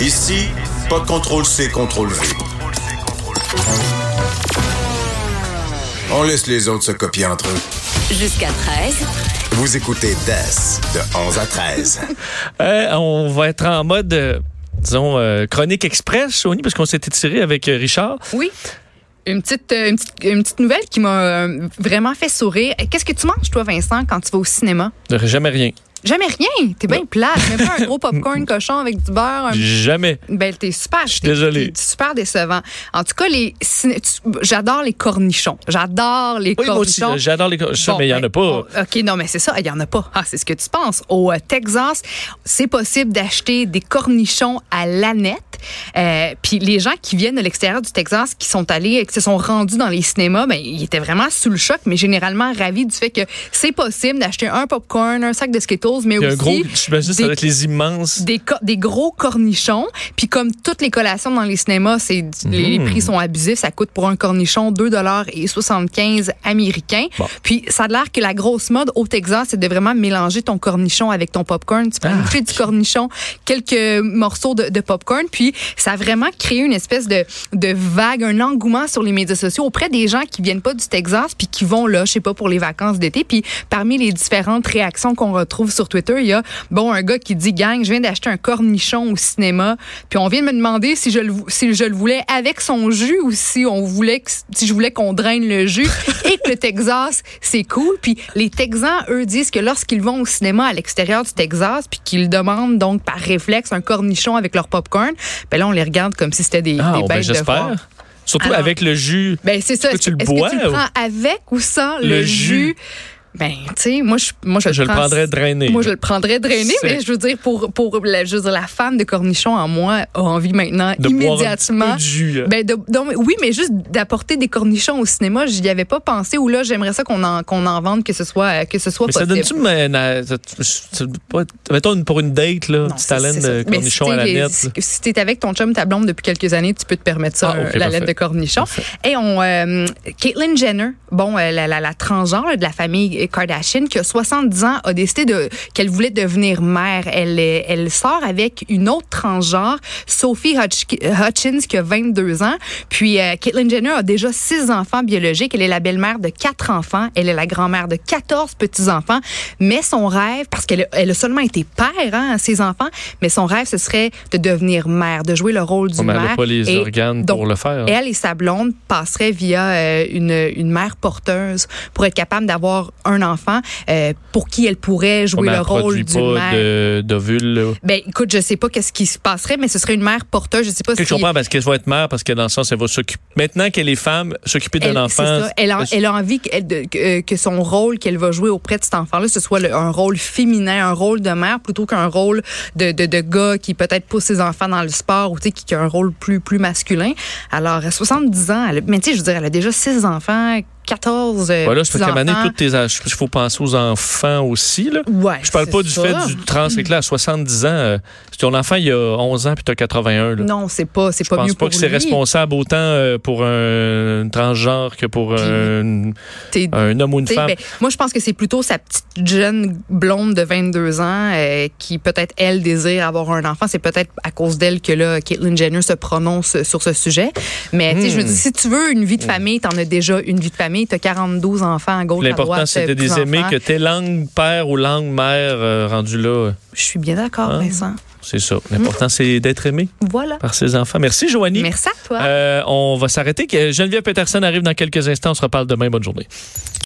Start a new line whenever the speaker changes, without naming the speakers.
Ici, pas de contrôle C, contrôle V. On laisse les autres se copier entre eux.
Jusqu'à 13.
Vous écoutez DAS de 11 à 13.
Euh, on va être en mode, euh, disons, euh, chronique express, Sony, parce qu'on s'est étiré avec euh, Richard.
Oui. Une petite, euh, une petite, une petite nouvelle qui m'a euh, vraiment fait sourire. Euh, Qu'est-ce que tu manges, toi, Vincent, quand tu vas au cinéma?
De jamais rien.
Jamais rien. T'es bien plate. Même pas un gros popcorn cochon avec du beurre. un-
Jamais.
Ben, t'es super. Je
suis désolée.
T'es super décevant. En tout cas, les ciné- tu- j'adore les cornichons. J'adore les
Oui, moi aussi,
cornichons.
j'adore les cornichons,
Bon,
mais il n'y en
ben,
a pas.
oh, OK, non, mais c'est ça, il n'y en a pas. Ah, c'est ce que tu penses. Au euh, Texas, c'est possible d'acheter des cornichons à l'annette. Euh, Puis les gens qui viennent de l'extérieur du Texas, qui sont allés, qui se sont rendus dans les cinémas, ben, ils étaient vraiment sous le choc, mais généralement ravis du fait que c'est possible d'acheter un popcorn, un sac de Skittles, mais
Il y a
aussi
un gros, j'imagine, ça
des-
doit être les immenses.
des, co- des gros cornichons. Puis comme toutes les collations dans les cinémas, c'est du- les, les prix sont abusifs. Ça coûte pour un cornichon 2,75 américains.
Bon.
Puis ça a l'air que la grosse mode au Texas, c'est de vraiment mélanger ton cornichon avec ton popcorn. Tu prends une bouchée du cornichon, quelques morceaux de, de popcorn. Puis ça a vraiment créé une espèce de, de vague, un engouement sur les médias sociaux auprès des gens qui viennent pas du Texas puis qui vont là, je sais pas, pour les vacances d'été. Puis parmi les différentes réactions qu'on retrouve sur Twitter, il y a bon un gars qui dit gang, je viens d'acheter un cornichon au cinéma, puis on vient de me demander si je le vou- si je le voulais avec son jus ou si on voulait que- si je voulais qu'on draine le jus et que le Texas c'est cool. Puis les Texans eux disent que lorsqu'ils vont au cinéma à l'extérieur du Texas puis qu'ils demandent donc par réflexe un cornichon avec leur popcorn, ben là on les regarde comme si c'était des,
Ah,
des
oh, ben,
bêtes de foire.
j'espère. Surtout
Alors-
avec le jus.
Ben c'est ça.
Est-ce que tu le bois
Est-ce que tu
ou-
le prends avec ou sans le,
Le jus?
jus? Ben, tu sais, moi, je, moi, je,
Je le
prends-
prendrais drainé.
Moi, je le prendrais drainé,
C'est-
mais je veux dire, pour, pour la, je veux dire, la femme de cornichon en moi a envie maintenant,
De boire un petit
immédiatement.
peu de jus. là.
Ben de- donc, oui, mais juste d'apporter des cornichons au cinéma, j'y avais pas pensé. Ou là, j'aimerais ça qu'on en, qu'on en vende, que ce soit, euh, que ce soit
mais ça
possible.
donne-tu une- une- ça- ça- pas- Mettons une- pour une date, là,
Non,
petite
c'est-
haleine
c'est ça.
de
Mais
cornichon
si
à la
t'es-
nette.
Si si t'es avec ton chum, ta blonde depuis quelques années, tu peux te permettre ça,
Ah, ok,
euh, la lettre
parfait.
de cornichon.
Parfait.
Et on, euh, Caitlyn Jenner, bon, euh, la, la, la transgenre là, de la famille Kardashian, qui a 70 ans, a décidé de, qu'elle voulait devenir mère. Elle, est- elle sort avec une autre transgenre, Sophie Hutch- Hutchins, qui a 22 ans. Puis euh, Caitlyn Jenner a déjà six enfants biologiques. Elle est la belle-mère de quatre enfants. Elle est la grand-mère de 14 petits-enfants. Mais son rêve, parce qu'elle a, elle a seulement été père hein, à ses enfants, mais son rêve, ce serait de devenir mère, de jouer le rôle
Ouais,
du
Oh, mais elle
maire.
n'a pas les
Et
organes
donc,
pour le faire.
elle et sa blonde passeraient via euh, une, une mère porteuse pour être capable d'avoir un enfant euh, pour qui elle pourrait
Ouais,
jouer
mais
le
elle
rôle
produit pas
d'une mère.
de- d'ovules. là.
Ben, écoute, je sais pas qu'est-ce qui se passerait, mais ce serait une mère porteuse. Je sais pas
Que je
si
comprends parce qu'elle va être mère, parce que dans le sens, elle va s'occuper. Maintenant qu'elle est femme, s'occuper d'un
elle, c'est
enfant.
ça. elle, en- elle a envie que, elle- de- que- que son rôle qu'elle va jouer auprès de cet enfant-là, ce soit le- un rôle féminin, un rôle de mère, plutôt qu'un rôle de, de, de gars qui peut-être pousse ses enfants dans le sport ou tu sais, qui, qui a un rôle plus, plus masculin. Alors, à 70 ans, elle, a- mais tu sais, je veux dire, elle a déjà 6 enfants, 14 euh,
Voilà, je peux
petits-enfants.
commander toutes tes âges. Il faut penser aux enfants aussi. Là.
Ouais,
Je parle
c'est
pas du
ça.
fait du trans. C'est que là, à 70 ans, euh, si ton enfant, il a 11 ans, puis tu as 81. Là.
Non, c'est pas, c'est
Je
pas
pense
mieux
pas
pour
que c'est
lui.
responsable autant euh, pour un transgenre que pour un,
T'es-
un homme ou une
T'sais,
femme.
ben, moi, je pense que c'est plutôt sa petite jeune blonde de 22 ans euh, qui, peut-être, elle désire avoir un enfant. C'est peut-être à cause d'elle que là, Caitlyn Jenner se prononce sur ce sujet. Mais tu sais, je
Hmm.
me dis, si tu veux une vie de famille, t'en as déjà une vie de famille. T'as 42 enfants à gauche, à
L'important,
droite.
c'est de
euh,
les aimer,
petits-enfants.
que t'es langue père ou langue mère euh, rendu là. euh,
Je suis bien d'accord,
Hein?
Vincent.
C'est ça. L'important, c'est d'être aimé
Voilà.
par ses enfants. Merci, Joanie.
Merci à toi.
Euh, on va s'arrêter. Que Geneviève Peterson arrive dans quelques instants. On se reparle demain. Bonne journée.